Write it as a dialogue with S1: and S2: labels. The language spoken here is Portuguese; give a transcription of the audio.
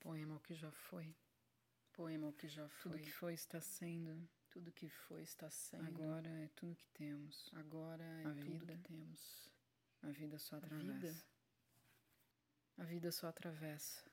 S1: Poema o que já foi.
S2: Poema o que já
S1: Tudo
S2: foi.
S1: que foi está sendo.
S2: Tudo que foi está sendo.
S1: Agora é tudo que temos.
S2: Agora é
S1: A
S2: tudo
S1: vida.
S2: que temos.
S1: A vida só
S2: vida?
S1: atravessa. A vida só atravessa.